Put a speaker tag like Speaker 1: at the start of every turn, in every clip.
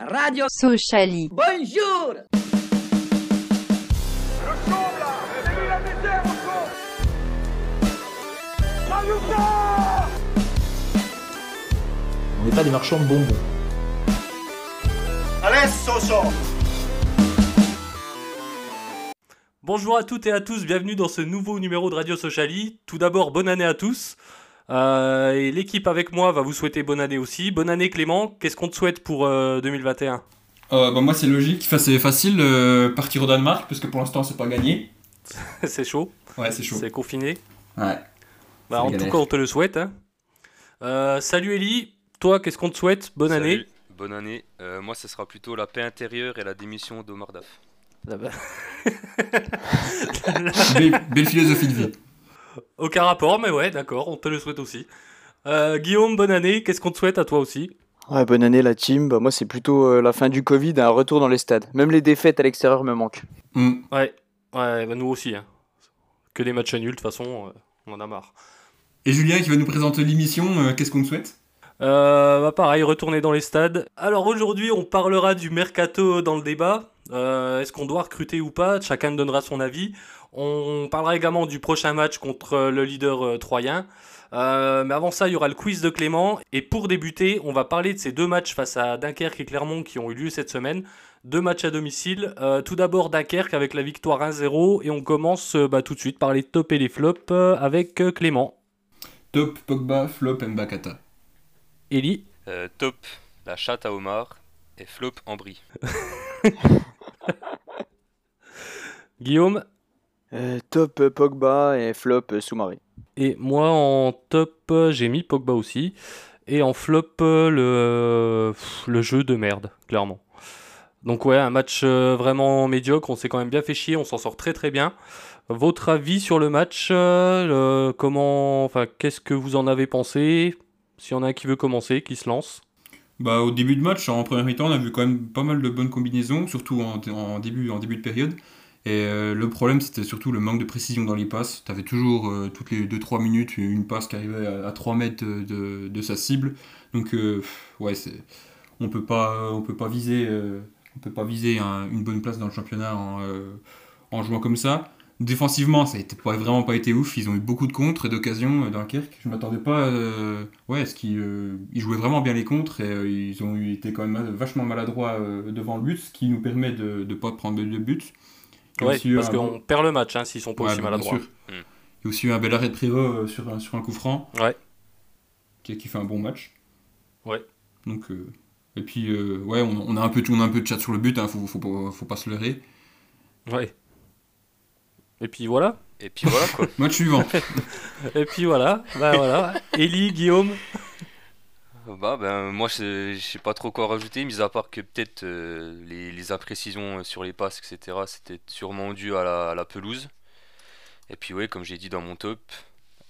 Speaker 1: Radio
Speaker 2: Sociali.
Speaker 1: Bonjour
Speaker 3: Le chauve là C'est lui la misère au fond Saluta
Speaker 4: On n'est pas des marchands de bonbons.
Speaker 3: Adesso so
Speaker 5: Bonjour à toutes et à tous, bienvenue dans ce nouveau numéro de Radio Sociali. Tout d'abord, bonne année à tous. Euh, et l'équipe avec moi va vous souhaiter bonne année aussi. Bonne année Clément, qu'est-ce qu'on te souhaite pour euh, 2021
Speaker 6: Euh, bah moi c'est logique, Enfin, c'est facile, euh, partir au Danemark, parce que pour l'instant c'est pas gagné.
Speaker 5: C'est chaud,
Speaker 6: Ouais c'est chaud.
Speaker 5: c'est confiné.
Speaker 6: Ouais.
Speaker 5: Bah, en
Speaker 6: galère.
Speaker 5: tout cas, on te le souhaite. hein. Euh, salut Ellie, toi, qu'est-ce qu'on te souhaite Bonne
Speaker 7: Salut,
Speaker 5: année.
Speaker 7: Bonne année. Euh, moi, ce sera plutôt la paix intérieure et la démission d'Omar Daf.
Speaker 5: Ah bah,
Speaker 6: Belle, belle philosophie de vie.
Speaker 5: Aucun rapport, mais ouais, d'accord, on te le souhaite aussi. Euh, Guillaume, bonne année, qu'est-ce qu'on te souhaite à toi aussi
Speaker 8: Ouais, bonne année la team. Bah, moi, c'est plutôt euh, la fin du Covid, un retour dans les stades. Même les défaites à l'extérieur me manquent.
Speaker 6: Hmm.
Speaker 5: Ouais, ouais bah, nous aussi. hein. Que des matchs nuls, de toute façon, euh, on en a marre.
Speaker 6: Et Julien qui va nous présenter l'émission, euh, qu'est-ce qu'on te souhaite
Speaker 5: Euh, bah pareil, retourner dans les stades. Alors aujourd'hui, on parlera du mercato dans le débat. Euh, Est-ce qu'on doit recruter ou pas Chacun donnera son avis. On parlera également du prochain match contre euh, le leader euh, troyen. Euh, mais avant ça, il y aura le quiz de Clément. Et pour débuter, on va parler de ces deux matchs face à Dunkerque et Clermont qui ont eu lieu cette semaine. Deux matchs à domicile. Euh, tout d'abord Dunkerque avec la victoire 1-0. Et on commence euh, bah, tout de suite par les tops et les flops euh, avec euh, Clément.
Speaker 6: Top, Pogba, Flop, Mbakata.
Speaker 5: Ellie
Speaker 7: Euh, top, la chatte à Omar et flop en brie.
Speaker 5: Guillaume
Speaker 8: Euh, top euh, Pogba et flop euh, Soumaré.
Speaker 5: Et moi en top, euh, j'ai mis Pogba aussi. Et en flop, euh, le, euh, pff, le jeu de merde, clairement. Donc ouais, un match euh, vraiment médiocre, on s'est quand même bien fait chier, on s'en sort très très bien. Votre avis sur le match, euh, le- comment, enfin, qu'est-ce que vous en avez pensé S'il y en a un qui veut commencer, qui se lance.
Speaker 6: Bah au début de match, en première mi-temps, on a vu quand même pas mal de bonnes combinaisons, surtout en, en début, en début de période. Et euh, le problème c'était surtout le manque de précision dans les passes. T'avais toujours euh, toutes les 2-3 minutes une passe qui arrivait à, à 3 mètres de, de sa cible. Donc euh, pff, ouais, c'est, on peut pas, on peut pas viser, euh, on peut pas viser un- une bonne place dans le championnat en, euh, en jouant comme ça. Défensivement, ça a été pas- vraiment pas été ouf. Ils ont eu beaucoup de contres et d'occasions euh, Dunkerque. Je m'attendais pas. euh, ouais, ce qu'ils euh, ils jouaient vraiment bien les contres et euh, ils ont eu- été quand même mal- vachement maladroits euh, devant le but, ce qui nous permet de ne pas prendre de but. Il y a
Speaker 5: Ouais,
Speaker 6: aussi eu
Speaker 5: parce
Speaker 6: un
Speaker 5: qu'on
Speaker 6: bon-
Speaker 5: perd le match hein, s'ils sont pas
Speaker 6: Ouais,
Speaker 5: aussi
Speaker 6: bien
Speaker 5: maladroits.
Speaker 6: sûr.
Speaker 7: Mm.
Speaker 6: Il y a aussi eu un bel arrêt de Prévost euh, sur, un- sur un coup franc.
Speaker 5: Ouais.
Speaker 6: Qui, qui fait un bon match.
Speaker 5: Ouais.
Speaker 6: Donc, euh, et puis, euh, ouais, on, on a un peu, de- on a un peu de chat sur le but, hein, faut, faut, pas- faut pas se leurrer.
Speaker 5: Ouais. Et puis voilà.
Speaker 7: Et puis voilà quoi.
Speaker 6: Match suivant.
Speaker 5: Et puis voilà. Bah voilà. Ellie, Guillaume.
Speaker 7: bah ben moi, je je sais pas trop quoi rajouter, mis à part que peut-être euh, les, les imprécisions sur les passes, etc. C'était sûrement dû à la, à la pelouse. Et puis ouais, comme j'ai dit dans mon top,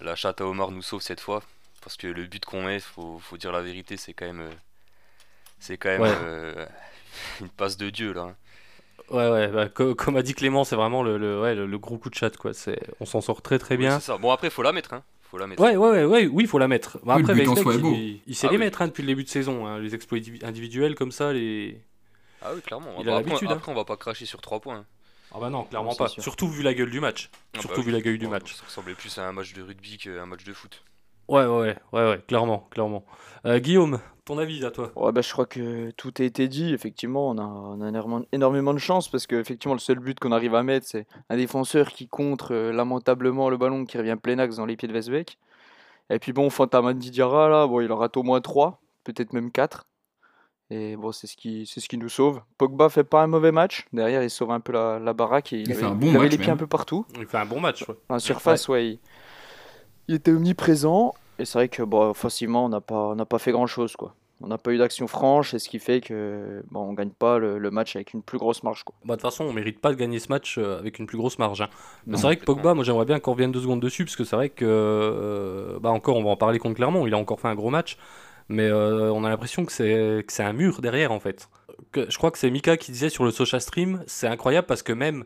Speaker 7: la chatte à Omar nous sauve cette fois, parce que le but qu'on met, faut, faut dire la vérité, c'est quand même, euh, c'est quand même
Speaker 5: Ouais.
Speaker 7: euh, une passe de dieu là. hein.
Speaker 5: Ouais, ouais, bah, co- comme a dit Clément, c'est vraiment le, le, ouais, le, le gros coup de chat, quoi. C'est, on s'en sort très très
Speaker 7: Oui,
Speaker 5: bien.
Speaker 7: c'est ça. Bon après faut la mettre hein. Faut la mettre.
Speaker 5: Ouais, ouais, ouais, ouais, oui, il faut la mettre. Bah,
Speaker 6: Oui,
Speaker 5: après,
Speaker 6: le but en
Speaker 5: Weisbeck,
Speaker 6: soi est beau.
Speaker 5: il, il sait
Speaker 7: Ah
Speaker 5: les
Speaker 7: oui.
Speaker 5: mettre hein, depuis le début de saison, hein, les exploits indivi- individuels comme ça, les.
Speaker 7: Ah oui clairement.
Speaker 5: Il
Speaker 7: Bah,
Speaker 5: a
Speaker 7: après,
Speaker 5: l'habitude, hein.
Speaker 7: après, on va pas cracher sur trois points. hein.
Speaker 5: Ah bah non, clairement
Speaker 8: Non, c'est
Speaker 5: pas.
Speaker 8: sûr.
Speaker 5: Surtout vu la gueule du match.
Speaker 7: Ah
Speaker 5: Surtout
Speaker 7: bah
Speaker 5: vu
Speaker 7: oui.
Speaker 5: la gueule du
Speaker 7: Bon,
Speaker 5: match.
Speaker 7: Ça ressemblait plus à un match de rugby qu'à un match de foot.
Speaker 5: Ouais, ouais, ouais, ouais, ouais, clairement, clairement. Euh, Guillaume, ton avis à toi
Speaker 8: Ouais, bah, je crois que tout a été dit. Effectivement, on a, on a énormément, énormément de chance parce que effectivement, le seul but qu'on arrive à mettre, c'est un défenseur qui contre euh, lamentablement le ballon qui revient plein axe dans les pieds de Vesbeck. Et puis bon, Fantamandi Diarra, là, bon, il en rate au moins 3, peut-être même 4. Et bon, c'est ce qui, c'est ce qui nous sauve. Pogba fait pas un mauvais match. Derrière, il sauve un peu la, la baraque. Et
Speaker 6: Il fait un bon
Speaker 8: avait
Speaker 6: match,
Speaker 8: les pieds
Speaker 6: même.
Speaker 8: un peu partout.
Speaker 5: Il fait un bon match, ouais.
Speaker 8: En surface, ouais. il, il était omniprésent. Et c'est vrai que, bon, offensivement, on n'a pas, on n'a pas fait grand-chose, quoi. On n'a pas eu d'action franche, et ce qui fait que bon, on gagne pas le, le match avec une plus grosse marge, quoi.
Speaker 5: Bah, de toute façon, on mérite pas de gagner ce match euh, avec une plus grosse marge. hein. Mais
Speaker 6: Non,
Speaker 5: c'est vrai que
Speaker 7: complètement.
Speaker 5: Pogba, moi j'aimerais bien qu'on revienne deux secondes dessus, parce que c'est vrai que, euh, bah encore, on va en parler contre Clermont, il a encore fait un gros match, mais euh, on a l'impression que c'est que c'est un mur derrière en fait. Que, je crois que c'est Mika qui disait sur le Socha Stream, c'est incroyable parce que même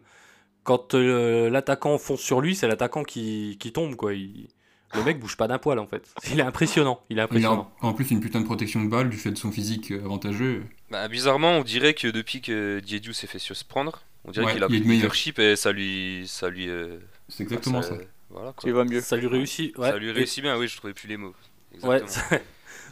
Speaker 5: quand euh, l'attaquant fonce sur lui, c'est l'attaquant qui, qui tombe quoi. Il- Le mec bouge pas d'un poil en fait. Il est impressionnant. Il est
Speaker 6: Il a
Speaker 5: impressionnant.
Speaker 6: en- en plus une putain de protection de balle du fait de son physique euh, avantageux.
Speaker 7: Bah, bizarrement, on dirait que depuis que Diédiou s'est fait surprendre, on dirait
Speaker 6: Ouais,
Speaker 7: qu'il a
Speaker 6: il est
Speaker 7: pris le
Speaker 6: meilleur.
Speaker 7: leadership et ça lui. Ça lui euh,
Speaker 6: C'est exactement ça.
Speaker 7: Voilà
Speaker 8: Tu
Speaker 7: quoi.
Speaker 8: vas mieux.
Speaker 5: Ça lui réussit. ouais.
Speaker 7: Ça lui
Speaker 5: Et-
Speaker 7: réussit bien, oui, je trouvais plus les mots.
Speaker 5: Ouais,
Speaker 7: Exactement.
Speaker 5: ça,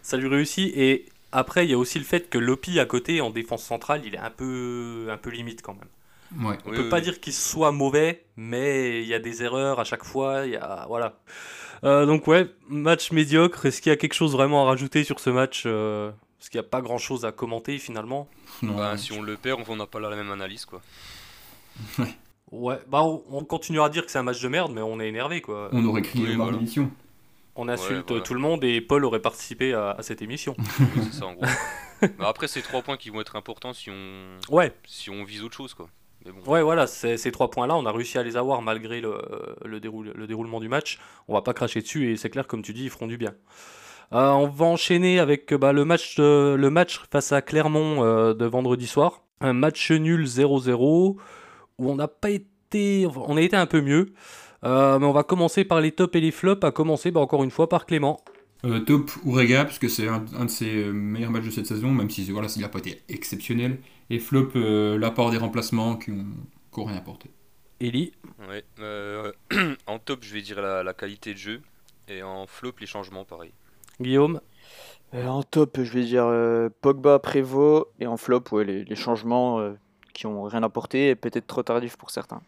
Speaker 5: ça lui réussit. Et après, il y a aussi le fait que Lopi à côté, en défense centrale, il est un peu, un peu limite quand même.
Speaker 6: Ouais.
Speaker 5: On
Speaker 7: Oui,
Speaker 5: peut
Speaker 7: oui,
Speaker 5: pas
Speaker 7: oui.
Speaker 5: dire qu'il soit mauvais, mais il y a des erreurs à chaque fois. Il y a, voilà. Euh, donc ouais, match médiocre. Est-ce qu'il y a quelque chose vraiment à rajouter sur ce match euh, Parce qu'il n'y a pas grand-chose à commenter finalement.
Speaker 6: Non, euh,
Speaker 7: Bah,
Speaker 6: ouais.
Speaker 7: si on le perd, on n'a pas la même analyse quoi.
Speaker 5: Ouais, bah on, on continuera à dire que c'est un match de merde, mais on est énervé quoi.
Speaker 6: on aurait crié
Speaker 7: Oui,
Speaker 6: au bord
Speaker 7: voilà.
Speaker 6: de l'émission.
Speaker 5: On insulte
Speaker 7: voilà.
Speaker 5: tout le monde et Paul aurait participé à, à cette émission.
Speaker 7: Oui, c'est ça en gros. Mais après, c'est trois points qui vont être importants si on,
Speaker 5: ouais,
Speaker 7: si on vise autre chose quoi. Mais bon.
Speaker 5: Ouais, voilà, ces, ces trois points-là, on a réussi à les avoir malgré le, euh, le, déroule- le déroulement du match. On va pas cracher dessus et c'est clair, comme tu dis, ils feront du bien. Euh, on va enchaîner avec euh, bah, le, match de- le match face à Clermont euh, de vendredi soir. Un match nul 0-0 où on n'a pas été. enfin, On a été un peu mieux. Euh, mais on va commencer par les tops et les flops, à commencer bah, encore une fois par Clément.
Speaker 6: Euh, top ou réga, parce que c'est un, un de ses euh, meilleurs matchs de cette saison, même si voilà, s'il n'a pas été exceptionnel. Et flop, euh, l'apport des remplacements qui n'ont qui ont rien apporté.
Speaker 5: Eli,
Speaker 7: Ouais, euh, en top, je vais dire la, la qualité de jeu. Et en flop, les changements, pareil.
Speaker 5: Guillaume,
Speaker 8: Euh, en top, je vais dire euh, Pogba, Prévost. Et en flop, ouais, les, les changements euh, qui ont rien apporté et peut-être trop tardifs pour certains.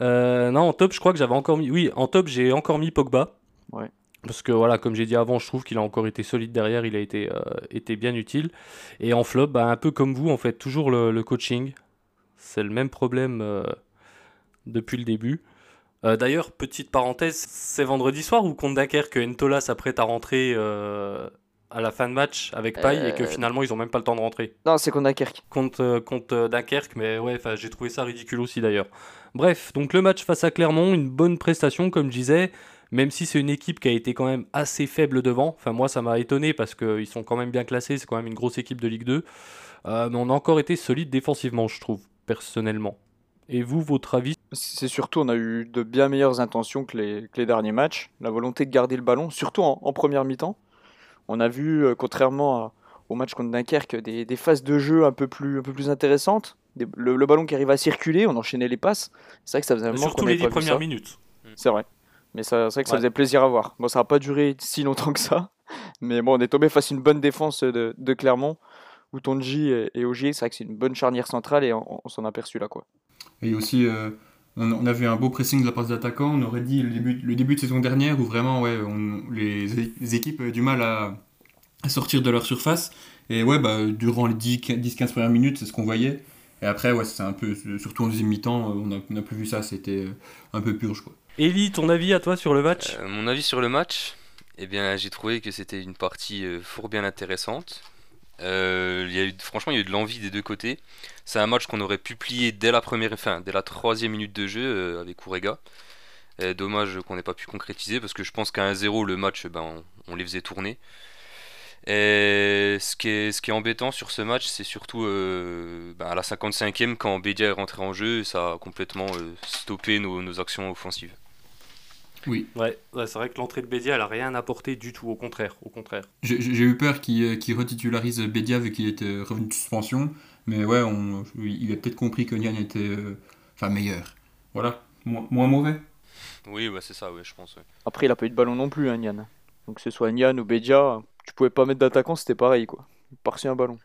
Speaker 5: Euh, non, en top, je crois que j'avais encore mis. Oui, en top, j'ai encore mis Pogba.
Speaker 8: Ouais.
Speaker 5: Parce que voilà, comme j'ai dit avant, je trouve qu'il a encore été solide derrière, il a été, euh, été bien utile. Et en flop, bah, un peu comme vous, en fait, toujours le, le coaching. C'est le même problème euh, depuis le début. Euh, D'ailleurs, petite parenthèse, c'est vendredi soir ou contre Dunkerque que Ntola s'apprête à rentrer euh, à la fin de match avec Paille et que
Speaker 8: Euh.
Speaker 5: finalement ils ont même pas le temps de rentrer
Speaker 8: Non, c'est qu'on a Kerk.
Speaker 5: contre, euh, contre euh, Dunkerque, mais ouais, 'fin, j'ai trouvé ça ridicule aussi d'ailleurs. Bref, donc le match face à Clermont, une bonne prestation comme je disais, même si c'est une équipe qui a été quand même assez faible devant. Enfin moi ça m'a étonné parce qu'ils sont quand même bien classés, c'est quand même une grosse équipe de Ligue 2. Euh, mais on a encore été solide défensivement je trouve, personnellement. Et vous, votre avis
Speaker 8: C'est surtout, on a eu de bien meilleures intentions que les, que les derniers matchs. La volonté de garder le ballon, surtout en, en première mi-temps. On a vu, euh, contrairement à- au match contre Dunkerque, des, des phases de jeu un peu plus, un peu plus intéressantes. Des- le, le ballon qui arrive à circuler, on enchaînait les passes. C'est vrai que ça faisait un moment qu'on
Speaker 5: Surtout
Speaker 8: n'avait
Speaker 5: les
Speaker 8: pas
Speaker 5: 10
Speaker 8: vu
Speaker 5: premières
Speaker 8: ça.
Speaker 5: minutes.
Speaker 8: C'est vrai. Mais ça- c'est vrai que ça
Speaker 5: Ouais.
Speaker 8: faisait plaisir à voir. Bon, ça n'a pas duré si longtemps que ça. Mais bon, on est tombé face à une bonne défense de, de Clermont, où Tonji et, et Ogier, c'est vrai que c'est une bonne charnière centrale et on, on s'en est aperçu là. quoi.
Speaker 6: Et aussi, euh, on, on avait un beau pressing de la part des attaquants. On aurait dit le début, le début de saison dernière où vraiment ouais, on- les, les équipes avaient du mal à, à sortir de leur surface. Et ouais, bah, durant les 10-15 premières minutes, c'est ce qu'on voyait. Et après, ouais, c'est un peu, surtout en deuxième mi-temps, euh, on n'a- on n'a plus vu ça. C'était euh, un peu purge. Quoi.
Speaker 5: Ellie, ton avis à toi sur le match
Speaker 7: Euh, mon avis sur le match, eh bien, j'ai trouvé que c'était une partie euh, fort bien intéressante. Euh, il y a eu, franchement, il y a eu de l'envie des deux côtés. C'est un match qu'on aurait pu plier dès la première, enfin, dès la troisième minute de jeu euh, avec Ourega. Euh, dommage qu'on n'ait pas pu concrétiser parce que je pense qu'à 1-0, le match, ben, on, on les faisait tourner. Et ce qui est, ce qui est embêtant sur ce match, c'est surtout euh, ben, à la 55e quand Bédia est rentré en jeu, ça a complètement euh, stoppé nos- nos actions offensives.
Speaker 5: Euh, Ouais, ouais, c'est vrai que l'entrée de Bédia, elle a rien apporté du tout, au contraire, au contraire.
Speaker 6: J'ai j'ai eu peur qu'il euh, qu'il retitularise Bédia vu qu'il était euh, revenu de suspension. Mais ouais, on- il a peut-être compris que Nian était euh, enfin, meilleur. Voilà, Moins- moins mauvais.
Speaker 7: Oui, bah c'est ça, ouais, je pense. ouais.
Speaker 8: Après, il a pas eu de ballon non plus, hein, Nian. Donc, que ce soit Nian ou Bedia, tu pouvais pas mettre d'attaquant, c'était pareil, quoi. Il partit un ballon.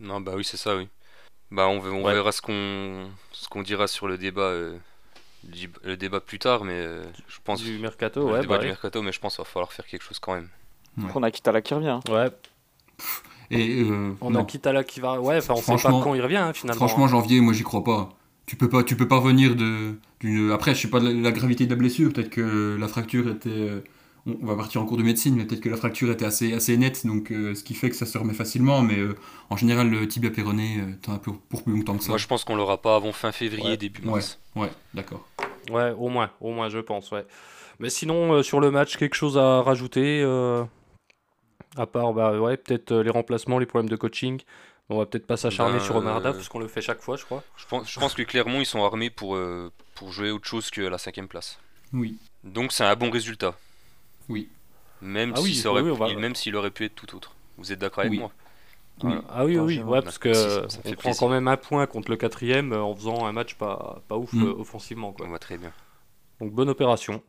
Speaker 7: Non, bah oui, c'est ça, oui. Bah on, ve- on
Speaker 5: Ouais.
Speaker 7: verra ce qu'on ce qu'on dira sur le débat euh, le dib- le débat plus tard, mais euh, je pense
Speaker 5: Du mercato,
Speaker 7: le
Speaker 5: ouais,
Speaker 7: débat
Speaker 5: bah
Speaker 7: du
Speaker 5: ouais.
Speaker 7: mercato, mais je pense qu'il va falloir faire quelque chose quand même.
Speaker 8: Après, on a Kitala qui revient. hein.
Speaker 5: Ouais,
Speaker 6: Et euh,
Speaker 5: on
Speaker 6: non.
Speaker 5: a Kitala qui va. Ouais, enfin, on sait pas
Speaker 6: Franchement-
Speaker 5: quand il revient, hein, finalement.
Speaker 6: Franchement, janvier, moi j'y crois pas. Tu peux pas, tu peux pas revenir de. d'une- Après, je sais pas de la, la gravité de la blessure. Peut-être que la fracture était. euh, On on va partir en cours de médecine, mais peut-être que la fracture était assez, assez nette, donc euh, ce qui fait que ça se remet facilement. Mais euh, en général, le tibia péroné, euh, t'en as pour, pour plus longtemps que ça.
Speaker 7: Moi, je pense qu'on l'aura pas avant fin février,
Speaker 5: Ouais.
Speaker 7: début
Speaker 6: Ouais.
Speaker 7: mars.
Speaker 6: Ouais, d'accord.
Speaker 5: hein. Ouais, au moins, au moins, je pense, ouais. Mais sinon, euh, sur le match, quelque chose à rajouter euh, À part, bah ouais, peut-être euh, les remplacements, les problèmes de coaching. On va peut-être pas s'acharner
Speaker 7: Ben,
Speaker 5: sur Omarada,
Speaker 7: euh,
Speaker 5: parce qu'on le fait chaque fois, je crois.
Speaker 7: Je pense, je pense que Clermont, ils sont armés pour, euh, pour jouer autre chose que la cinquième place.
Speaker 6: Oui.
Speaker 7: Donc c'est un bon résultat.
Speaker 6: Oui.
Speaker 7: Même
Speaker 5: Ah oui,
Speaker 7: si ça aurait
Speaker 5: oui, oui,
Speaker 7: pu-
Speaker 5: on va-
Speaker 7: même s'il aurait pu être tout autre. Vous êtes d'accord avec
Speaker 6: Oui.
Speaker 7: moi
Speaker 6: Oui.
Speaker 7: Voilà.
Speaker 5: Ah oui,
Speaker 8: Enfin,
Speaker 5: oui,
Speaker 8: j'avoue.
Speaker 5: ouais, parce que
Speaker 7: Bah, Si, ça- ça
Speaker 5: on
Speaker 7: fait
Speaker 5: prend
Speaker 7: plaisir.
Speaker 5: quand même un point contre le quatrième euh, en faisant un match pas, pas ouf
Speaker 6: Mm.
Speaker 5: euh, offensivement. Quoi.
Speaker 7: On va bah, très bien.
Speaker 5: Donc bonne opération.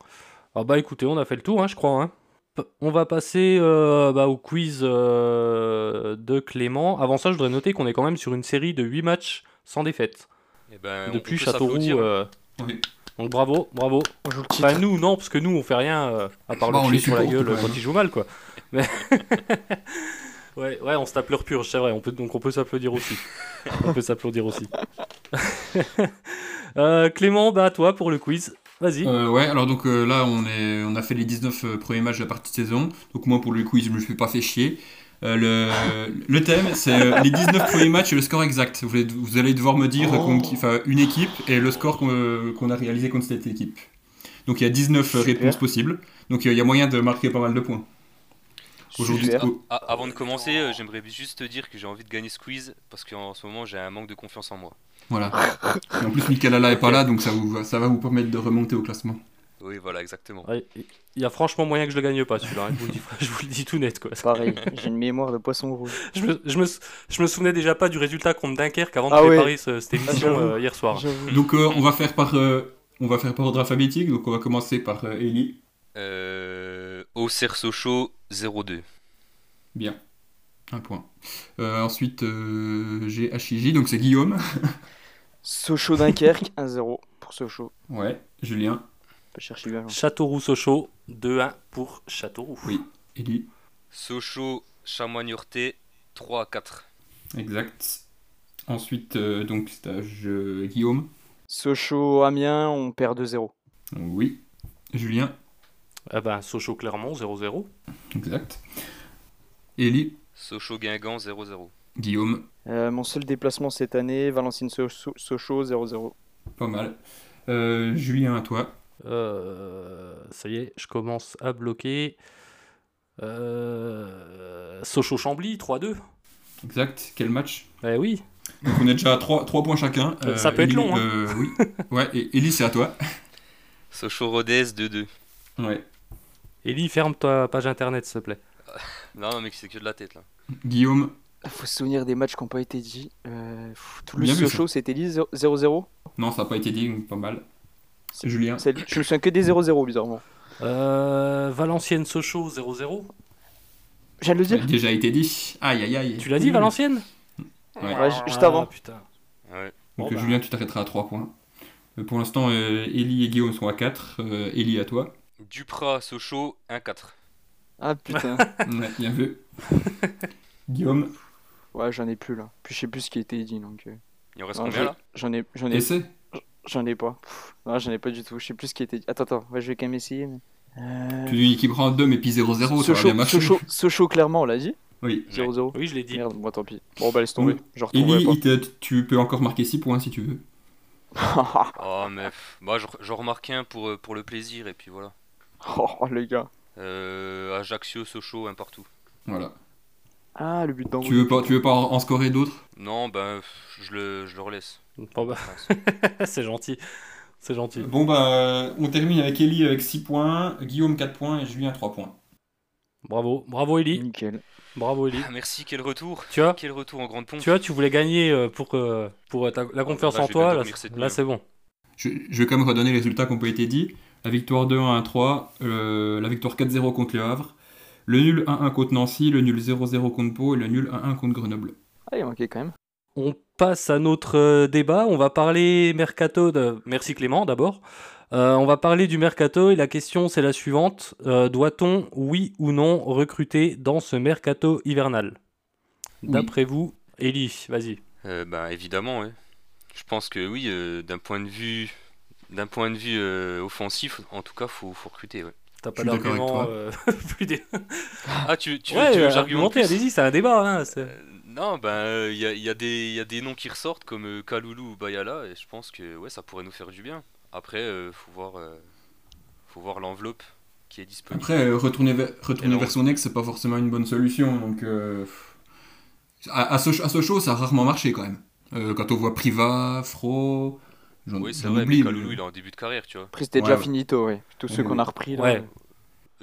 Speaker 5: Ah bah écoutez, on a fait le tour, hein, je crois. hein. P- On va passer euh, bah, au quiz euh, de Clément. Avant ça, je voudrais noter qu'on est quand même sur une série de 8 matchs sans défaite.
Speaker 7: Eh ben, on
Speaker 5: Depuis
Speaker 7: peut
Speaker 5: Châteauroux.
Speaker 7: s'applaudir.
Speaker 5: euh,
Speaker 6: Oui.
Speaker 5: Donc bravo, bravo.
Speaker 8: On joue le
Speaker 5: Enfin nous, non, parce que nous, on fait rien euh, à part
Speaker 6: Bah,
Speaker 5: le
Speaker 6: on
Speaker 5: chier
Speaker 6: les
Speaker 5: sur la
Speaker 6: supporte,
Speaker 5: gueule euh,
Speaker 6: quand
Speaker 5: quand
Speaker 6: même.
Speaker 5: ils jouent mal, quoi. Mais- ouais, ouais, on se tape leur purge, c'est vrai. On peut, donc on peut s'applaudir aussi. on peut s'applaudir aussi. Euh, Clément, bah à toi pour le quiz. Vas-y.
Speaker 6: Euh, ouais, alors donc euh, là, on, est, on a fait les 19 euh, premiers matchs de la partie de saison. Donc moi, pour le quiz, je me suis pas fait chier. Euh, le, le thème, c'est euh, les 19 premiers matchs et le score exact. Vous, allez- vous allez devoir me dire
Speaker 8: Oh.
Speaker 6: qu'on- qui- enfin, une équipe et le score qu'on euh, qu'on a réalisé contre cette équipe. Donc il y a 19
Speaker 8: Super.
Speaker 6: réponses possibles. Donc euh, il y a moyen de marquer pas mal de points. Aujourd'hui, oh,
Speaker 8: Super.
Speaker 6: au-
Speaker 7: Ah, avant de commencer, euh, j'aimerais juste te dire que j'ai envie de gagner ce quiz parce qu'en ce moment j'ai un manque de confiance en moi.
Speaker 6: voilà. Et en plus, Mikalala est pas là, donc ça, vous, va- ça va vous permettre de remonter au classement.
Speaker 7: Oui, voilà, exactement.
Speaker 5: Ouais, Il y a franchement moyen que je le gagne pas celui-là, hein, je, vous le dis- je vous le dis tout net quoi.
Speaker 8: Pareil, j'ai une mémoire de poisson rouge.
Speaker 5: Je me, je me, sou- je me souvenais déjà pas du résultat contre Dunkerque avant de
Speaker 8: Ah ouais. Ah,
Speaker 5: préparer ce- cette émission
Speaker 8: j'avoue.
Speaker 5: euh, hier soir.
Speaker 8: J'avoue.
Speaker 6: Donc euh, on va faire par euh, on va faire par ordre alphabétique. Donc on va commencer par euh, Ellie.
Speaker 7: Euh, Auxerre Sochaux 02.
Speaker 6: Bien. Un point. Euh, ensuite euh, j'ai HIJ, donc c'est Guillaume.
Speaker 8: Sochaux Dunkerque, 1-0 pour Sochaux.
Speaker 6: Ouais. Julien.
Speaker 8: On peut chercher bien.
Speaker 5: Châteauroux-Sochaux, 2-1 pour Châteauroux.
Speaker 6: Oui. Ellie.
Speaker 7: Sochaux Chamois-Niortais 3 à 4.
Speaker 6: Exact. Ensuite euh, donc c'est à je- Guillaume.
Speaker 8: Sochaux Amiens, on perd 2-0.
Speaker 6: Oui. Julien.
Speaker 5: Ah ben, Sochaux-Clermont, 0-0.
Speaker 6: Exact. Ellie.
Speaker 7: Sochaux Guingamp 0-0.
Speaker 6: Guillaume.
Speaker 8: Euh, mon seul déplacement cette année, Valenciennes-Sochaux 0-0.
Speaker 6: Pas mal. Euh, Julien à toi.
Speaker 5: Euh, ça y est, je commence à bloquer. Euh, Sochaux-Chambly, 3-2.
Speaker 6: Exact. Quel match
Speaker 5: Eh oui,
Speaker 6: Donc on est déjà à 3, points chacun.
Speaker 5: Euh, ça peut être
Speaker 6: Ellie,
Speaker 5: long, hein.
Speaker 6: euh, oui. Ouais. Et Ellie c'est à toi.
Speaker 7: Sochaux Rodez 2-2.
Speaker 6: Ouais.
Speaker 5: Ellie, ferme ta page internet, s'il te plaît.
Speaker 7: Non, non, mec, c'est que de la tête là.
Speaker 6: Guillaume.
Speaker 8: Ah, Faut se souvenir des matchs qui n'ont pas été dits. Euh, pff,
Speaker 6: Bien vu,
Speaker 8: Toulouse-Sochaux, c'était dit 0-0
Speaker 6: Non, ça n'a pas été dit, donc pas mal.
Speaker 8: C'est-
Speaker 6: Julien.
Speaker 8: C'est- Je me souviens que des 0-0, bizarrement.
Speaker 5: Euh, Valenciennes-Sochaux, 0-0.
Speaker 8: J'allais le
Speaker 6: Ça a
Speaker 8: dire
Speaker 6: déjà été dit. Aïe aïe aïe.
Speaker 5: Tu l'as dit, Valenciennes
Speaker 6: Ouais.
Speaker 8: Ouais, ju- juste avant.
Speaker 5: Ah, putain.
Speaker 7: Ouais.
Speaker 6: Donc
Speaker 5: Bon, bah.
Speaker 6: Julien, tu t'arrêteras à 3 points. Euh, pour l'instant, euh, Ellie et Guillaume sont à 4. Ellie à toi.
Speaker 7: Duprat Sochaux 1-4.
Speaker 8: Ah putain.
Speaker 6: Ouais, bien vu. Guillaume,
Speaker 8: Ouais, j'en ai plus là. Puis je sais plus ce qui a été dit donc. euh.
Speaker 7: Il en reste
Speaker 8: Non,
Speaker 7: combien
Speaker 8: je-
Speaker 7: là
Speaker 8: J'en ai, j'en ai,
Speaker 6: essai.
Speaker 8: j'en ai pas. Pff, non, j'en ai pas du tout. Je sais plus ce qui a été dit. Attends, attends. Ouais, je vais quand même essayer. Mais... Euh,
Speaker 6: Tu dis une équipe random et puis 0-0, ça va bien
Speaker 8: Sochaux,
Speaker 6: marcher.
Speaker 8: Sochaux, Sochaux, clairement, on l'a dit.
Speaker 6: Oui.
Speaker 7: Ouais.
Speaker 8: 0-0.
Speaker 5: Oui, je l'ai dit.
Speaker 8: Merde, bon, tant pis. Bon, bah laisse tomber.
Speaker 6: Oui.
Speaker 8: Je retrouverai
Speaker 6: Ellie, il te- tu peux encore marquer 6 points si tu veux.
Speaker 8: pas.
Speaker 7: Oh, mais pff, bah, j'en- j'en remarque un pour, euh, pour le plaisir et puis voilà.
Speaker 8: oh, le gars.
Speaker 7: Euh, Ajaccio Sochaux un partout.
Speaker 6: Voilà.
Speaker 8: Ah, le but d'envoi.
Speaker 6: Tu veux pas, tu veux pas en en scorer d'autres
Speaker 7: Non, ben pff, je le, je le relaisse.
Speaker 5: Bon, bah, c'est gentil. C'est gentil.
Speaker 6: Bon, bah, on termine avec Ellie avec 6 points, Guillaume 4 points et Julien 3 points.
Speaker 5: Bravo, bravo
Speaker 7: Mm.
Speaker 5: Ellie,
Speaker 8: Nickel.
Speaker 5: bravo Ellie.
Speaker 7: Ah, merci, quel retour.
Speaker 5: Tu vois,
Speaker 7: Quel retour en grande pompe.
Speaker 5: tu vois, tu voulais gagner euh, pour, euh, pour euh, ta- la confiance
Speaker 7: Là,
Speaker 5: en
Speaker 7: Ah, bah, je vais
Speaker 5: toi.
Speaker 7: bien
Speaker 5: Là,
Speaker 7: dormir cette
Speaker 5: là,
Speaker 7: nuit. hein.
Speaker 5: c'est bon.
Speaker 6: Je, je vais quand même redonner les résultats qui ont pas été dits. La victoire 2-1 à 3, euh, la victoire 4-0 contre Le Havre, le nul 1-1 contre Nancy, le nul 0-0 contre Pau et le nul 1-1 contre Grenoble.
Speaker 8: Ah, il manquait quand même.
Speaker 5: On passe à notre euh, débat. On va parler mercato. De... Merci Clément d'abord. Euh, on va parler du mercato et la question c'est la suivante. Euh, Doit-on, oui ou non, recruter dans ce mercato hivernal
Speaker 6: Oui.
Speaker 5: D'après vous, Ellie, vas-y.
Speaker 7: Euh, ben évidemment, ouais. Je pense que oui, euh, d'un point de vue, d'un point de vue euh, offensif, en tout cas, faut, faut recruter. ouais.
Speaker 5: T'as pas
Speaker 6: Je suis d'accord
Speaker 5: d'argument
Speaker 6: avec toi.
Speaker 5: euh, plus dé-
Speaker 7: Ah, tu, tu,
Speaker 5: Ouais,
Speaker 7: tu veux que
Speaker 5: euh,
Speaker 7: j'argumente
Speaker 5: argumenter,
Speaker 7: plus
Speaker 5: allez-y, c'est un débat. hein, c'est-
Speaker 7: Euh, Non, ben il y, a, y a des y a des noms qui ressortent comme euh, Kaloulou ou Bayala, et je pense que ouais, ça pourrait nous faire du bien. Après, euh, faut voir, euh, faut voir l'enveloppe qui est disponible.
Speaker 6: Après, euh, retourner, vers, retourner
Speaker 7: Et non.
Speaker 6: vers son ex, c'est pas forcément une bonne solution. Donc, euh, à, à, Soch- à Sochaux, ça a rarement marché quand même. Euh, quand on voit Priva, Fro, j'en
Speaker 7: oui, c'est
Speaker 6: j'en
Speaker 7: vrai, mais
Speaker 6: oublie,
Speaker 7: Kaloulou,
Speaker 6: mais-
Speaker 7: il est en début de carrière, tu vois.
Speaker 8: Après, c'était
Speaker 6: Ouais,
Speaker 8: déjà
Speaker 6: ouais.
Speaker 8: finito, ouais. Tous ceux
Speaker 6: Ouais,
Speaker 8: qu'on
Speaker 6: ouais.
Speaker 8: a repris là. Euh,
Speaker 5: Ouais.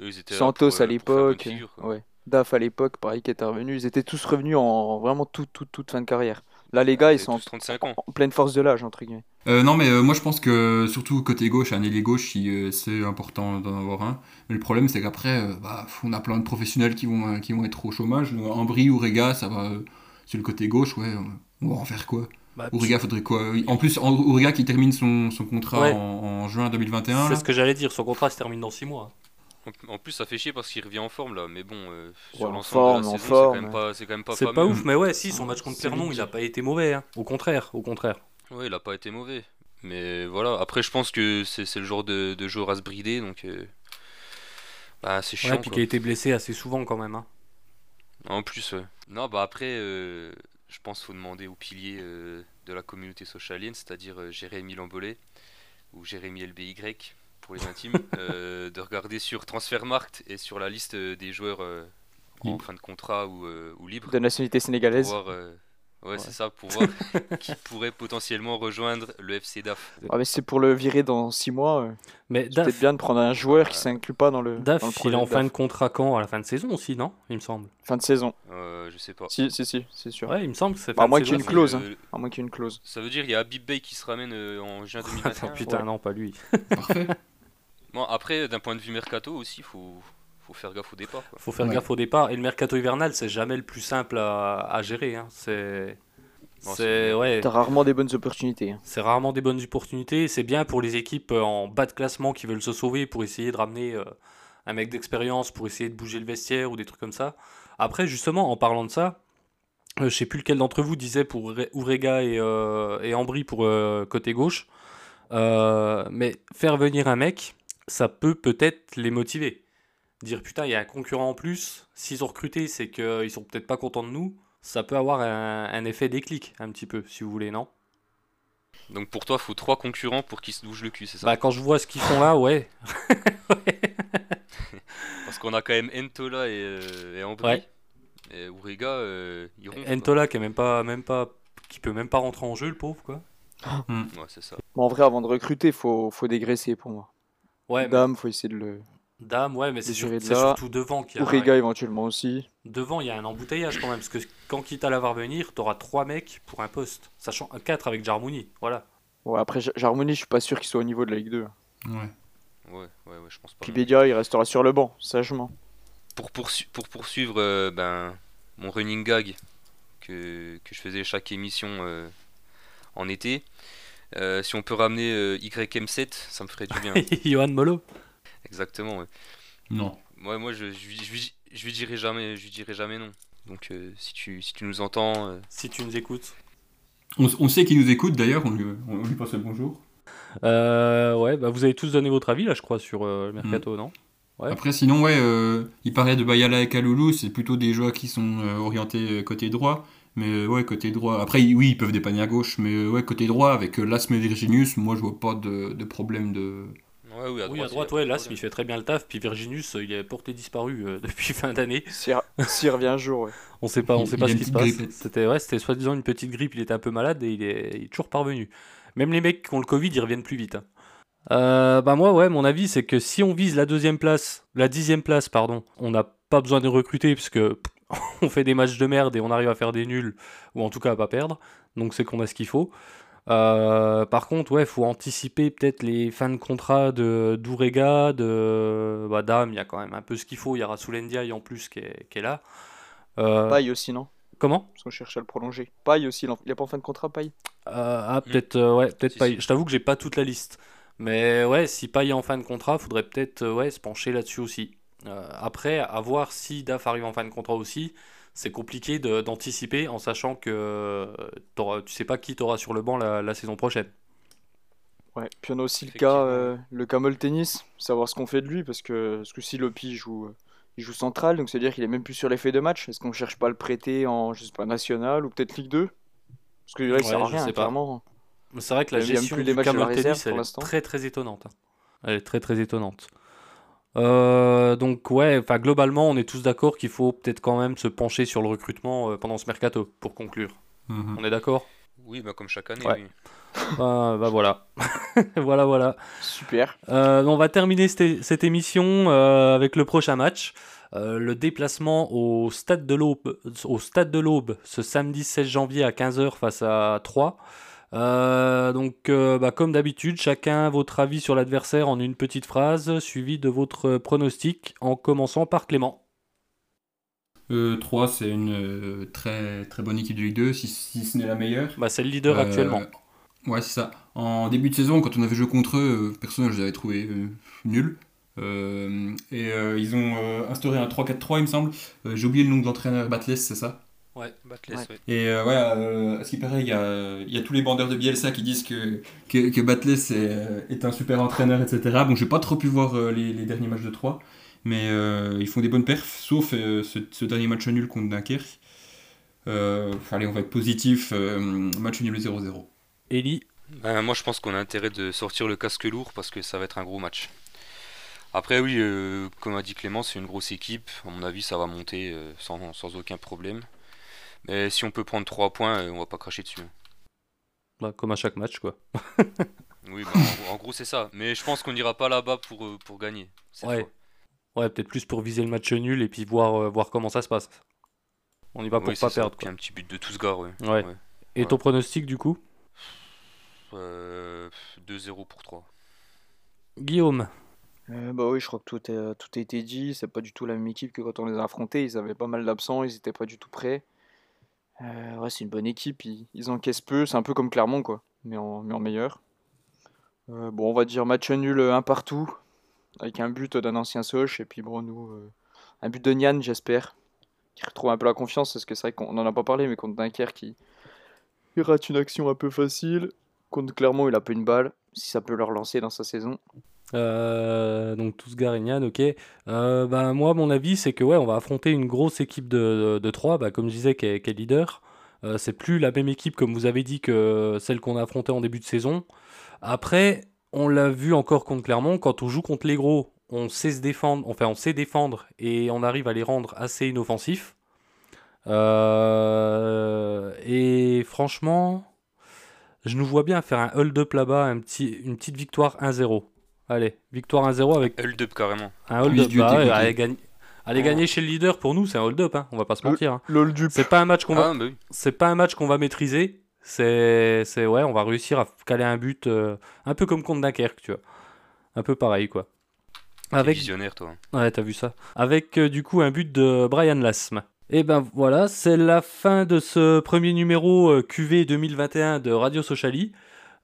Speaker 7: eux, ils étaient là pour,
Speaker 8: Santos à
Speaker 7: euh, pour faire bonne
Speaker 8: l'époque,
Speaker 7: figure, quoi.
Speaker 8: ouais. Daf à l'époque, pareil, qui était revenu. Ils étaient tous revenus en vraiment toute, toute, toute fin de carrière. Là, les gars, ils
Speaker 7: Ils
Speaker 8: sont
Speaker 7: avaient
Speaker 8: en,
Speaker 7: tous 35 ans.
Speaker 8: en pleine force de l'âge, entre guillemets.
Speaker 6: Euh, non, mais euh, moi je pense que surtout côté gauche, un ailier gauche, il, euh, c'est important d'en avoir un. Mais le problème, c'est qu'après, euh, bah, on a plein de professionnels qui vont, euh, qui vont être au chômage. Donc, Ambry ou Rega, ça va. euh, sur le côté gauche, ouais, on- on va en faire quoi
Speaker 5: Bah,
Speaker 6: Ourega, faudrait quoi En plus, An- Ourega qui termine son, son contrat
Speaker 5: Ouais.
Speaker 6: en, en juin 2021.
Speaker 5: c'est
Speaker 6: là.
Speaker 5: ce que j'allais dire, son contrat se termine dans 6 mois.
Speaker 7: En- En plus, ça fait chier parce qu'il revient en forme là, mais bon, euh, sur
Speaker 8: en
Speaker 7: l'ensemble de la
Speaker 8: forme, en
Speaker 7: saison, c'est quand
Speaker 8: forme.
Speaker 7: même pas, c'est quand même pas
Speaker 5: C'est
Speaker 7: fameux.
Speaker 5: pas ouf, mais ouais, si, son match contre
Speaker 6: C'est
Speaker 5: Clermont,
Speaker 6: limite.
Speaker 5: il a pas été mauvais. hein. Au contraire, au contraire.
Speaker 7: Ouais, il a pas été mauvais. Mais voilà, après, je pense que c'est c'est le genre de, de joueur à se brider, donc. euh, Bah, c'est
Speaker 5: Ouais,
Speaker 7: chiant.
Speaker 5: puis
Speaker 7: quoi.
Speaker 5: qui a été blessé assez souvent quand même. hein.
Speaker 7: En plus, ouais. Non, bah après, euh, je pense qu'il faut demander aux piliers euh, de la communauté socialienne, c'est-à-dire euh, Jérémy Lambollet ou Jérémy LBY pour les intimes, euh, de regarder sur Transfermarkt et sur la liste euh, des joueurs euh, en
Speaker 6: Libre.
Speaker 7: fin de contrat ou, euh, ou libres.
Speaker 8: De nationalité
Speaker 7: pour
Speaker 8: sénégalaise.
Speaker 7: voir, euh, ouais, c'est ça, pour voir qui pourrait potentiellement rejoindre le FC DAF.
Speaker 8: Ah, mais c'est pour le virer dans 6 mois. euh,
Speaker 5: Mais
Speaker 8: c'est
Speaker 5: Daf,
Speaker 8: Peut-être bien de prendre un joueur qui s'inclut pas dans le.
Speaker 5: Daf,
Speaker 8: dans le
Speaker 5: il est
Speaker 8: projet
Speaker 5: en
Speaker 8: de
Speaker 5: fin de
Speaker 8: DAF.
Speaker 5: contrat quand À la fin de saison aussi, non Il me semble.
Speaker 8: Fin de saison.
Speaker 7: Euh, je sais pas.
Speaker 8: Si, si, si, c'est sûr.
Speaker 5: Ouais, il me semble que c'est
Speaker 8: Bah,
Speaker 5: fin de
Speaker 8: moi, qu'il y
Speaker 5: saison.
Speaker 8: ait une clause,
Speaker 7: Euh,
Speaker 8: hein. À moins qu'il y ait une clause.
Speaker 7: Ça veut dire qu'il y a Habib Bey qui se ramène euh, en juin
Speaker 5: Attends,
Speaker 7: 2021.
Speaker 5: putain,
Speaker 8: Ouais.
Speaker 5: non, pas lui.
Speaker 6: Parfait.
Speaker 7: Bon, après, d'un point de vue mercato aussi, faut, faut faire gaffe au départ. Quoi.
Speaker 5: Faut faire
Speaker 6: Ouais.
Speaker 5: gaffe au départ. Et le mercato hivernal, c'est jamais le plus simple à, à gérer. hein. C'est.
Speaker 7: Non,
Speaker 5: C'est
Speaker 7: c'est-
Speaker 5: ouais,
Speaker 8: T'as rarement des bonnes opportunités. hein.
Speaker 5: c'est rarement des bonnes opportunités. C'est bien pour les équipes euh, en bas de classement qui veulent se sauver pour essayer de ramener euh, un mec d'expérience, pour essayer de bouger le vestiaire ou des trucs comme ça. Après, justement, en parlant de ça, euh, je sais plus lequel d'entre vous disait pour Ure- Urega et, euh, et Ambry pour euh, côté gauche, Euh, mais faire venir un mec, ça peut peut-être les motiver. Dire putain, il y a un concurrent en plus, s'ils ont recruté, c'est qu'ils sont peut-être pas contents de nous. Ça peut avoir un, un effet déclic, un petit peu, si vous voulez, non
Speaker 7: Donc pour toi, faut trois concurrents pour qu'ils se bougent le cul, c'est ça
Speaker 5: Bah quand je vois ce qu'ils font là, ouais.
Speaker 7: Parce qu'on a quand même Entola et, euh, et Ambry.
Speaker 5: Ouais.
Speaker 7: Et Ourega, euh, ils rompent.
Speaker 5: Entola qui est même pas, même pas, qui peut même pas rentrer en jeu, le pauvre quoi.
Speaker 7: quoi. Ouais, c'est ça.
Speaker 8: Bon, en vrai, avant de recruter, faut, faut dégraisser pour moi.
Speaker 5: Ouais, mais-
Speaker 8: Dame, faut essayer de le.
Speaker 5: dame, ouais, mais c'est sur-
Speaker 8: Désiré Bah, de
Speaker 5: c'est
Speaker 8: là.
Speaker 5: surtout devant qu'il y
Speaker 8: Ou
Speaker 5: a. un-
Speaker 8: Rega éventuellement aussi.
Speaker 5: Devant, il y a un embouteillage quand même, parce que quand quitte à la voir venir, t'auras trois mecs pour un poste, sachant un 4 avec Jarmouni, voilà.
Speaker 8: Ouais, après, J- Jarmoni, je suis pas sûr qu'il soit au niveau de la Ligue 2.
Speaker 6: Ouais.
Speaker 7: Ouais, ouais, ouais, je pense pas.
Speaker 8: Puis Bédia, il restera sur le banc, sagement.
Speaker 7: Pour, poursu- pour poursuivre euh, ben, mon running gag que, que je faisais chaque émission euh, en été, euh, si on peut ramener euh, YM7, ça me ferait du bien.
Speaker 5: Johan Molo.
Speaker 7: Exactement. ouais.
Speaker 6: Non.
Speaker 7: Moi, moi, je, je, lui- je, lui- je lui dirai jamais, je lui dirai jamais non. Donc, euh, si tu, si tu nous entends, euh,
Speaker 5: Si tu nous écoutes.
Speaker 6: On, s- on sait qu'il nous écoute d'ailleurs, on lui, on lui passe le bonjour.
Speaker 5: Euh, ouais, bah vous avez tous donné votre avis là, je crois, sur euh, le mercato, non Ouais.
Speaker 6: Après, sinon, ouais, euh, il parlait de Bayala et Kaloulou, c'est plutôt des joueurs qui sont euh, orientés euh, côté droit. Mais euh, ouais, côté droit. Après, ils- oui, ils peuvent dépanner à gauche, mais euh, ouais, côté droit, avec euh, Lasme et Virginius, moi je vois pas de, de problème de.
Speaker 7: ouais, oui, à droite,
Speaker 5: Oui, à
Speaker 7: il y a
Speaker 5: droite,
Speaker 7: pas
Speaker 5: ouais,
Speaker 7: de
Speaker 5: là,
Speaker 7: problème.
Speaker 5: il fait très bien le taf, puis Virginus, euh, il est porté disparu euh, depuis fin d'année.
Speaker 8: S'il s'il revient un jour, ouais.
Speaker 5: On sait pas, on
Speaker 6: Il-
Speaker 5: sait
Speaker 6: il
Speaker 5: pas
Speaker 6: a
Speaker 5: ce
Speaker 6: une
Speaker 5: qui se
Speaker 6: petite
Speaker 5: passe.
Speaker 6: grippette.
Speaker 5: C'était ouais, c'était soi-disant une petite grippe, il était un peu malade et il est, il est toujours parvenu. Même les mecs qui ont le Covid, ils reviennent plus vite. hein. Euh, bah moi, ouais, mon avis, c'est que si on vise la deuxième place, la dixième place, pardon, on n'a pas besoin de recruter parce que pff, on fait des matchs de merde et on arrive à faire des nuls ou en tout cas à pas perdre. Donc c'est qu'on a ce qu'il faut. Euh, par contre, ouais, faut anticiper peut-être les fins de contrat de d'Ourega, de bah, Dame. Il y a quand même un peu ce qu'il faut. Il y a Rassoulendiaï en plus qui est, qui est là. Euh,
Speaker 8: Paille aussi, non
Speaker 5: Comment
Speaker 8: Parce qu'on cherche à le prolonger. Paille aussi, il en- il est pas en fin de contrat, Paille
Speaker 5: Euh, ah,
Speaker 7: Hmm.
Speaker 5: peut-être euh, ouais, peut-être
Speaker 7: Si,
Speaker 5: pas.
Speaker 7: si.
Speaker 5: Je t'avoue que j'ai pas toute la liste. Mais ouais, si Payet est en fin de contrat, faudrait peut-être euh, ouais, se pencher là-dessus aussi. Euh, après, à voir si DAF arrive en fin de contrat aussi, c'est compliqué de- d'anticiper en sachant que euh, t'auras- tu sais pas qui t'auras sur le banc la, la saison prochaine.
Speaker 8: Ouais. Puis on a aussi le
Speaker 7: Effectivement.
Speaker 8: cas, euh, le cas Moll Tennis, savoir ce qu'on fait de lui, parce que ce coup-ci, Lopi joue, euh, il joue central, donc c'est-à-dire qu'il est même plus sur les faits de match. Est-ce qu'on cherche pas à le prêter en, je sais pas, national ou peut-être Ligue 2 Parce que là, il
Speaker 5: Ouais,
Speaker 8: sert à
Speaker 5: je
Speaker 8: rien,
Speaker 5: sais pas.
Speaker 8: clairement.
Speaker 5: Mais C'est vrai que la
Speaker 8: Il y a même
Speaker 5: gestion
Speaker 8: plus des
Speaker 5: du
Speaker 8: matchs de la
Speaker 5: Camel
Speaker 8: réserve
Speaker 5: Tennis,
Speaker 8: pour
Speaker 5: elle est
Speaker 8: l'instant.
Speaker 5: très très étonnante. hein. Elle est très très étonnante. Euh, donc ouais, enfin globalement, on est tous d'accord qu'il faut peut-être quand même se pencher sur le recrutement euh, pendant ce mercato pour conclure.
Speaker 6: Mhm.
Speaker 7: Hmm.
Speaker 5: On est d'accord
Speaker 7: Oui, bah, comme chaque année.
Speaker 5: Ouais.
Speaker 7: oui.
Speaker 5: Bah, bah voilà. voilà, voilà.
Speaker 8: Super.
Speaker 5: Euh, on va terminer cette, cette émission euh, avec le prochain match. Euh, le déplacement au Stade de l'Aube, au Stade de l'Aube, ce samedi 16 janvier à 15h face à 3. Euh, donc, euh, bah, comme d'habitude, chacun votre avis sur l'adversaire en une petite phrase, suivi de votre pronostic, en commençant par Clément.
Speaker 6: Euh, 3, c'est une euh, très, très bonne équipe de Ligue 2, si, si ce n'est la meilleure.
Speaker 5: Bah, c'est le leader
Speaker 6: Euh,
Speaker 5: actuellement.
Speaker 6: Ouais, c'est ça. En début de saison, quand on avait joué contre eux, euh, personne, je les avais trouvés euh, nuls. Euh, et euh, ils ont euh, instauré un 3-4-3, il me semble. Euh, J'ai oublié le nom de l'entraîneur, Batless, c'est ça
Speaker 5: Ouais,
Speaker 8: Ouais.
Speaker 6: Et euh, ouais, euh, à ce qui paraît, il y, a, il y a tous les bandeurs de Bielsa qui disent que, que, que Batless est, euh, est un super entraîneur, etc. Bon, j'ai pas trop pu voir euh, les, les derniers matchs de 3, mais euh, ils font des bonnes perfs, sauf euh, ce, ce dernier match nul contre Dunkerque. Euh, allez, on va être positif, euh, match nul 0-0.
Speaker 5: Eli,
Speaker 7: Ben, moi, je pense qu'on a intérêt de sortir le casque lourd parce que ça va être un gros match. Après, oui, euh, comme a dit Clément, c'est une grosse équipe. À mon avis, ça va monter euh, sans, sans aucun problème. Mais si on peut prendre 3 points, euh, on va pas cracher dessus.
Speaker 5: bah, comme à chaque match, quoi.
Speaker 7: Oui, ben, en gros- en, gros, c'est ça. Mais je pense qu'on n'ira pas là-bas pour, euh, pour gagner. cette
Speaker 5: Ouais.
Speaker 7: fois.
Speaker 5: Ouais, peut-être plus pour viser le match nul et puis voir, euh, voir comment ça se passe. On y va pour
Speaker 7: Oui,
Speaker 5: pas
Speaker 7: c'est ça.
Speaker 5: perdre.
Speaker 7: Puis
Speaker 5: quoi.
Speaker 7: un petit but de tous gars, ouais.
Speaker 5: Ouais.
Speaker 7: ouais.
Speaker 5: Et ton pronostic, du coup
Speaker 7: Euh, 2-0 pour 3.
Speaker 5: Guillaume
Speaker 8: Euh, bah oui, je crois que tout, est- tout a été dit. C'est pas du tout la même équipe que quand on les a affrontés. Ils avaient pas mal d'absents, ils étaient pas du tout prêts. Euh, ouais, c'est une bonne équipe. Ils, ils encaissent peu. C'est un peu comme Clermont, quoi, mais en, mais en meilleur. Euh, bon, on va dire match nul euh, un partout, avec un but d'un ancien Soch. Et puis, bon, nous, euh, un but de Nian, j'espère, qui retrouve un peu la confiance. Parce que c'est vrai qu'on n'en a pas parlé, mais contre Dunkerque, il, il rate une action un peu facile. Contre Clermont, il a peu une balle. Si ça peut le relancer dans sa saison.
Speaker 5: Euh, donc tous Garignan, ok. Euh, bah, moi, mon avis, c'est que ouais, on va affronter une grosse équipe de, de 3, bah, comme je disais, qui est, qui est leader. Euh, c'est plus la même équipe, comme vous avez dit, que celle qu'on a affrontée en début de saison. Après, on l'a vu encore contre Clermont, quand on joue contre les gros, on sait se défendre, enfin, on sait défendre et on arrive à les rendre assez inoffensifs. Euh, et franchement, je nous vois bien faire un hold-up là-bas, un petit, une petite victoire 1-0. Allez, victoire 1-0 avec
Speaker 7: Hold-up carrément.
Speaker 5: un
Speaker 6: Plus
Speaker 5: hold-up.
Speaker 6: du
Speaker 5: Bah
Speaker 6: thé
Speaker 5: ouais,
Speaker 6: côté.
Speaker 5: aller, gagner, aller gagner chez le leader pour nous, c'est un hold-up. hein, On va pas se
Speaker 8: Oui.
Speaker 5: mentir. hein.
Speaker 8: LOL du
Speaker 5: C'est pas un match qu'on va,
Speaker 7: Ah, bah oui.
Speaker 5: c'est pas un match qu'on va maîtriser. C'est, c'est ouais, on va réussir à caler un but euh, un peu comme contre Dunkerque, tu vois. Un peu pareil quoi.
Speaker 7: T'es
Speaker 5: Avec
Speaker 7: visionnaire, toi.
Speaker 5: Ouais, t'as vu ça. Avec euh, du coup un but de Brian Lasme. Et ben voilà, c'est la fin de ce premier numéro euh, QV 2021 de Radio Sociali.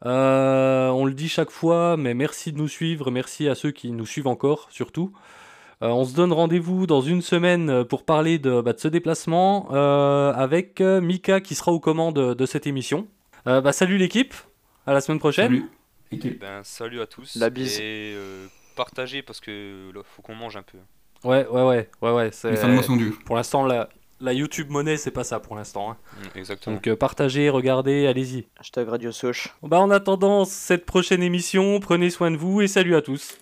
Speaker 5: Euh, on le dit chaque fois, mais merci de nous suivre, merci à ceux qui nous suivent encore, surtout. Euh, on se donne rendez-vous dans une semaine euh, pour parler de, bah, de ce déplacement euh, avec euh, Mika qui sera aux commandes de cette émission. Euh, bah, salut l'équipe, à la semaine prochaine.
Speaker 6: Salut, équipe.
Speaker 7: Eh ben, salut à tous.
Speaker 8: La bise.
Speaker 7: Et euh, partagez parce que là, faut qu'on mange un peu.
Speaker 5: Ouais, ouais, ouais, ouais, ouais. c'est-
Speaker 6: Les fins de mois sont dures.
Speaker 5: Pour l'instant, la, la YouTube monnaie, c'est pas ça pour l'instant. hein.
Speaker 7: Mm, Exactement.
Speaker 5: Donc euh, partagez, regardez, allez-y.
Speaker 8: Hashtag Radio Soch.
Speaker 5: Bah, en attendant cette prochaine émission, prenez soin de vous et salut à tous.